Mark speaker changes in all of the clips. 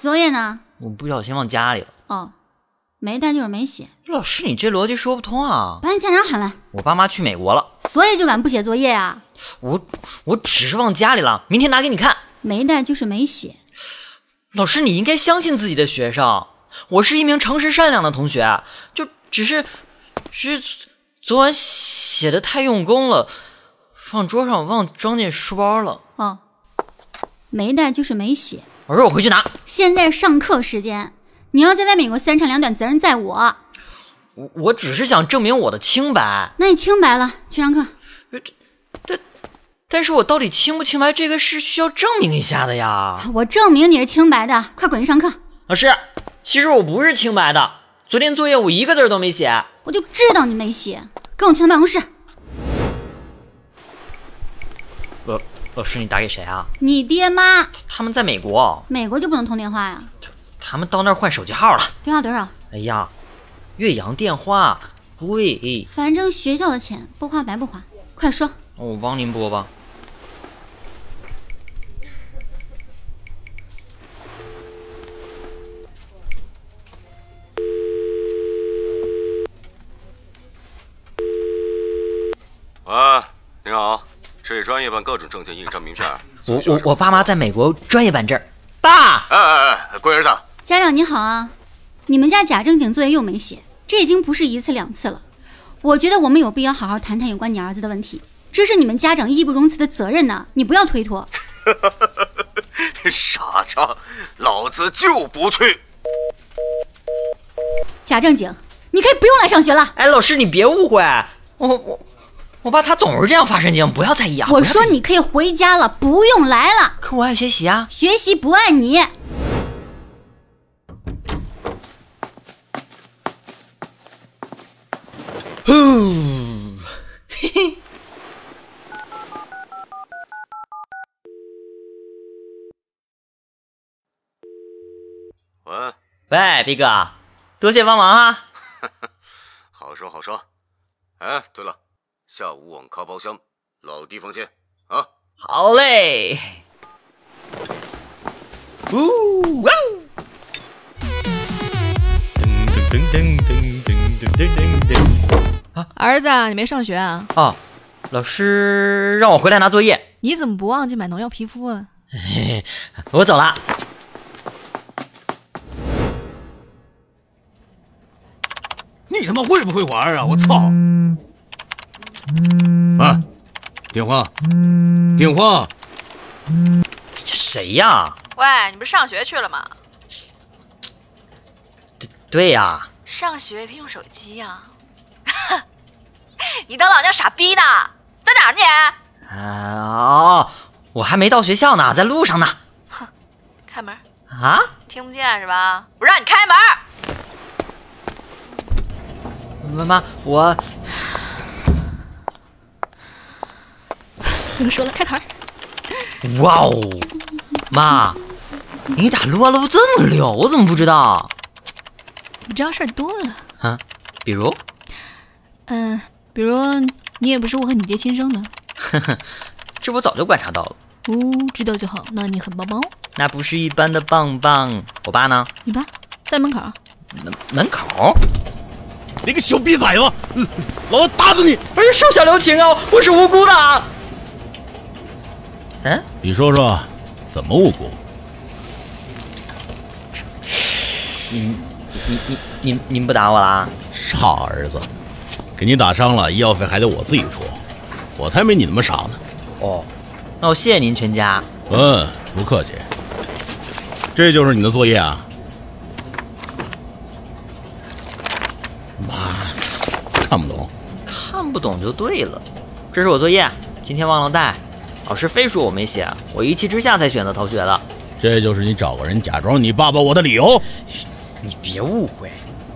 Speaker 1: 作业呢？
Speaker 2: 我不小心忘家里了。哎
Speaker 1: 哦，没带就是没写，
Speaker 2: 老师，你这逻辑说不通啊！
Speaker 1: 把你家长喊来，
Speaker 2: 我爸妈去美国了，
Speaker 1: 所以就敢不写作业啊？
Speaker 2: 我我只是忘家里了，明天拿给你看。
Speaker 1: 没带就是没写，
Speaker 2: 老师，你应该相信自己的学生。我是一名诚实善良的同学，就只是，只是昨晚写的太用功了，放桌上忘装进书包了。
Speaker 1: 哦，没带就是没写。
Speaker 2: 老师，我回去拿。
Speaker 1: 现在上课时间，你要在外面有个三长两短，责任在我。
Speaker 2: 我我只是想证明我的清白，
Speaker 1: 那你清白了，去上课。
Speaker 2: 但是我到底清不清白，这个是需要证明一下的呀。
Speaker 1: 啊我证明你是清白的，快滚去上课！
Speaker 2: 老师，其实我不是清白的，昨天作业我一个字儿都没写。
Speaker 1: 我就知道你没写，跟我去趟办公室。
Speaker 2: 老老师，你打给谁啊？
Speaker 1: 你爹妈，
Speaker 2: 他们在美国，
Speaker 1: 美国就不能通电话呀？
Speaker 2: 他们到那儿换手机号了。
Speaker 1: 电话多少？
Speaker 2: 哎呀，岳阳电话贵，
Speaker 1: 反正学校的钱不花白不花，快说。
Speaker 2: 我帮您拨吧。
Speaker 3: 喂，啊您好，这是专业办各种证件印章名片。
Speaker 2: 我我我爸妈在美国专业办证儿。爸，
Speaker 3: 哎哎哎，乖儿子，
Speaker 1: 家长你好啊，你们家假正经作业又没写，这已经不是一次两次了。我觉得我们有必要好好谈谈有关你儿子的问题，这是你们家长义不容辞的责任呐、你不要推脱。
Speaker 3: 傻叉，老子就不去。
Speaker 1: 假正经，你可以不用来上学了。
Speaker 2: 哎，老师你别误会，我我我爸他总是这样发神经，不要在意啊。
Speaker 1: 我
Speaker 2: 不要
Speaker 1: 说
Speaker 2: 在意，
Speaker 1: 你可以回家了，不用来了，
Speaker 2: 可我爱学习啊。
Speaker 1: 学习不爱你。
Speaker 3: 喂，
Speaker 2: 喂，毕哥，多谢帮忙啊。
Speaker 3: 好说好说。哎，对了，下午网咖包厢，老弟放心啊。
Speaker 2: 好嘞。呜哇哦！
Speaker 4: 儿子啊，你没上学啊？
Speaker 2: 哦，老师让我回来拿作业，
Speaker 4: 你怎么不忘记买农药皮肤啊？
Speaker 2: 我走了。
Speaker 5: 你他妈会不会玩啊？我操！哎，鼎花，鼎花，
Speaker 2: 这谁呀？
Speaker 4: 喂，你不是上学去了吗？
Speaker 2: 对呀，
Speaker 4: 上学也可以用手机呀、 你当老娘傻逼呢？在哪儿呢你？
Speaker 2: 啊、哦，我还没到学校呢，在路上呢。
Speaker 4: 开门，
Speaker 2: 啊，
Speaker 4: 听不见是吧？我让你开门。
Speaker 2: 妈妈，我
Speaker 4: 不用说了，开团。
Speaker 2: 哇哦，妈，你打撸啊撸这么溜，我怎么不知道
Speaker 4: 你知道事儿多了，
Speaker 2: 啊？比如，
Speaker 4: 嗯，比如你也不是我和你爹亲生的，
Speaker 2: 这我早就观察到了，
Speaker 4: 哦，知道就好。那你很棒棒哦。
Speaker 2: 那不是一般的棒棒。我爸呢？
Speaker 4: 你爸在门口，
Speaker 2: 门门口。
Speaker 5: 你个小逼崽子，老子打死你！
Speaker 2: 哎呀，手下留情啊！我是无辜的啊。嗯，
Speaker 5: 你说说，怎么无辜？
Speaker 2: 你你你您不打我啊啦？
Speaker 5: 傻儿子，给你打伤了，医药费还得我自己出，我才没你那么傻呢。
Speaker 2: 哦，那我谢谢您全家。
Speaker 5: 嗯，不客气。这就是你的作业啊？妈，看不懂。
Speaker 2: 看不懂就对了。这是我作业，今天忘了带，老师非说我没写，啊我一气之下才选择逃学的。
Speaker 5: 这就是你找个人假装你爸爸我的理由。
Speaker 2: 你别误会，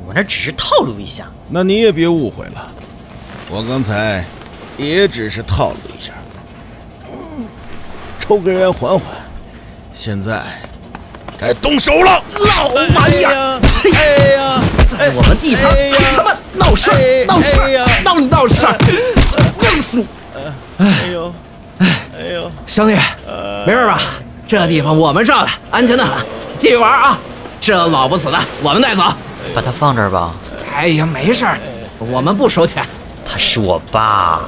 Speaker 2: 我那只是套路一下。
Speaker 6: 那你也别误会了，我刚才也只是套路一下，抽根烟缓缓。现在该动手了，老玩意儿！哎呀，哎
Speaker 2: 在我们地
Speaker 6: 盘
Speaker 5: 哎
Speaker 6: 还他妈
Speaker 2: 闹
Speaker 6: 事儿闹事儿
Speaker 2: 闹你闹事儿，弄死你！
Speaker 6: 哎呦，哎呦，
Speaker 7: 兄弟，没事吧？这地方我们照的，安全的很。继续玩啊！这老不死的我们带走。
Speaker 2: 把他放这儿吧，
Speaker 7: 哎呀，没事儿，我们不收钱。
Speaker 2: 他是我爸。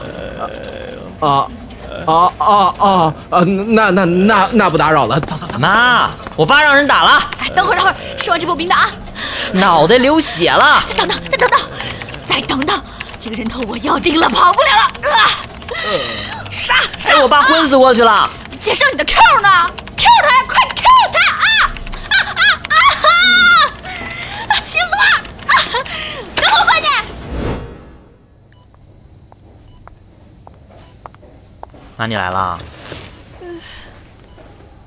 Speaker 7: 哦，哦哦哦，呃，那那那那不打扰了，走走走。
Speaker 2: 妈，我爸让人打了，
Speaker 4: 哎，等会儿，等会儿，是我这步兵的啊！
Speaker 2: 脑袋流血了。
Speaker 4: 再等等，再等等，再等等，这个人头我要定了，跑不了了！啊！杀杀！
Speaker 2: 哎，我爸昏死过去了。
Speaker 4: 介绍你的 Q 呢？Q 他呀，快 Q 他啊！啊啊啊！啊！气死我了！啊！给我快点！
Speaker 2: 妈，你来了。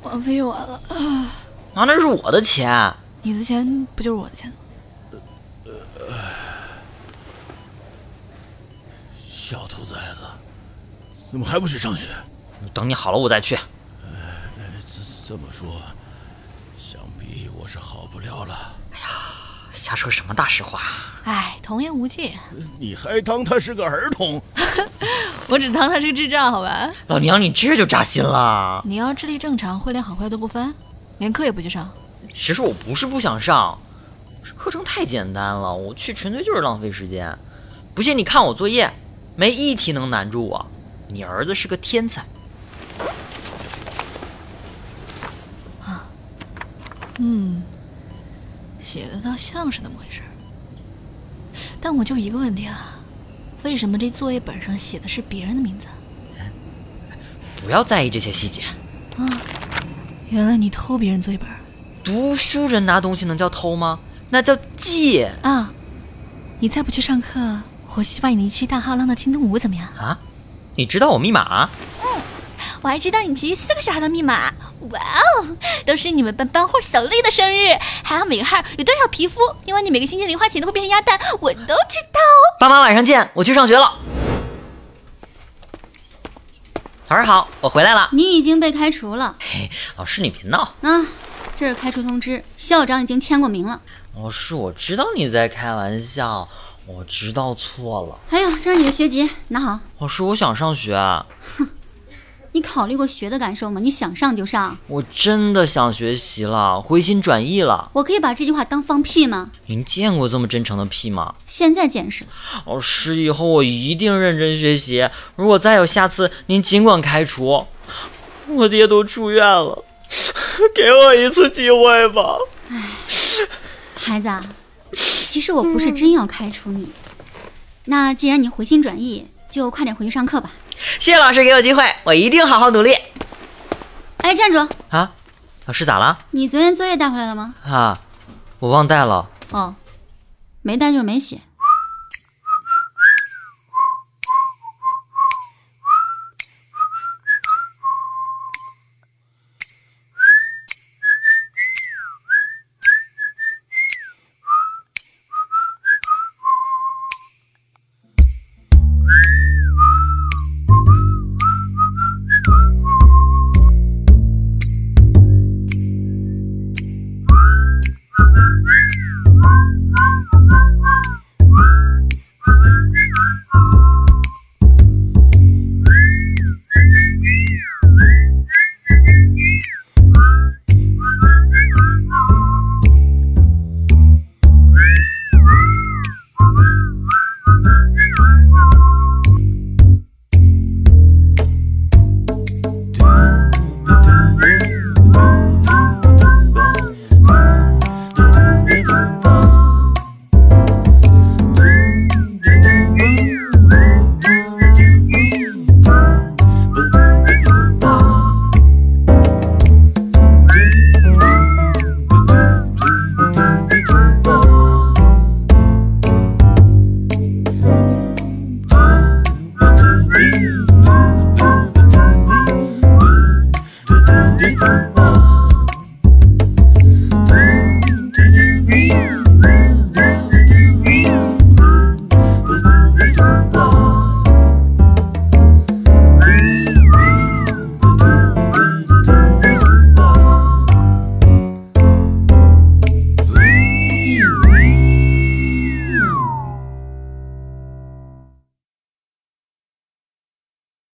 Speaker 4: 王菲用完了，
Speaker 2: 妈，那是我的钱。
Speaker 4: 你的钱不就是我的钱？
Speaker 5: 小兔崽子，怎么还不去上学？
Speaker 2: 等你好了，我再去。
Speaker 5: 这这么说，想必我是好不了了。
Speaker 2: 瞎说什么大实话？
Speaker 4: 哎，童言无忌，
Speaker 5: 你还当他是个儿童？
Speaker 4: 我只当他是个智障，好吧？
Speaker 2: 老娘，你这就扎心了。
Speaker 4: 你要智力正常，会连好坏都不分，连课也不去上。
Speaker 2: 其实我不是不想上，是课程太简单了，我去纯粹就是浪费时间。不信你看我作业，没一题能难住我。你儿子是个天才。
Speaker 4: 嗯，写的倒像是那么回事儿，但我就一个问题啊，为什么这作业本上写的是别人的名字？
Speaker 2: 不要在意这些细节。
Speaker 4: 原来你偷别人作业本儿
Speaker 2: 读书人拿东西能叫偷吗？那叫借
Speaker 4: 啊！你再不去上课，我去把你那期大号浪到青灯舞怎么样？
Speaker 2: 啊！你知道我密码？啊
Speaker 4: 我还知道你其余四个小号的密码，哇哦，都是你们班班花小丽的生日，还有每个号有多少皮肤，另外你每个星期零花钱都会变成鸭蛋，我都知道哦。
Speaker 2: 爸妈晚上见，我去上学了。老师好，我回来了。
Speaker 1: 你已经被开除了。
Speaker 2: 嘿，老师你别闹，
Speaker 1: 啊，这是开除通知，校长已经签过名了。
Speaker 2: 老师我知道你在开玩笑，我知道错了。
Speaker 1: 还有，哎这是你的学籍，拿好。
Speaker 2: 老师我想上学，啊
Speaker 1: 你考虑过学的感受吗？你想上就上，
Speaker 2: 我真的想学习了，回心转意了。
Speaker 1: 我可以把这句话当放屁吗？
Speaker 2: 您见过这么真诚的屁吗？
Speaker 1: 现在见识了。
Speaker 2: 老师，以后我一定认真学习。如果再有下次，您尽管开除。我爹都住院了， 给我一次机会吧。
Speaker 1: 孩子啊，其实我不是真要开除你，那既然你回心转意，就快点回去上课吧。
Speaker 2: 谢谢老师给我机会，我一定好好努力
Speaker 1: 哎，站住！
Speaker 2: 啊！老师咋了
Speaker 1: 你昨天作业带回来了吗？
Speaker 2: 啊？我忘带了。
Speaker 1: 哦，没带就是没写。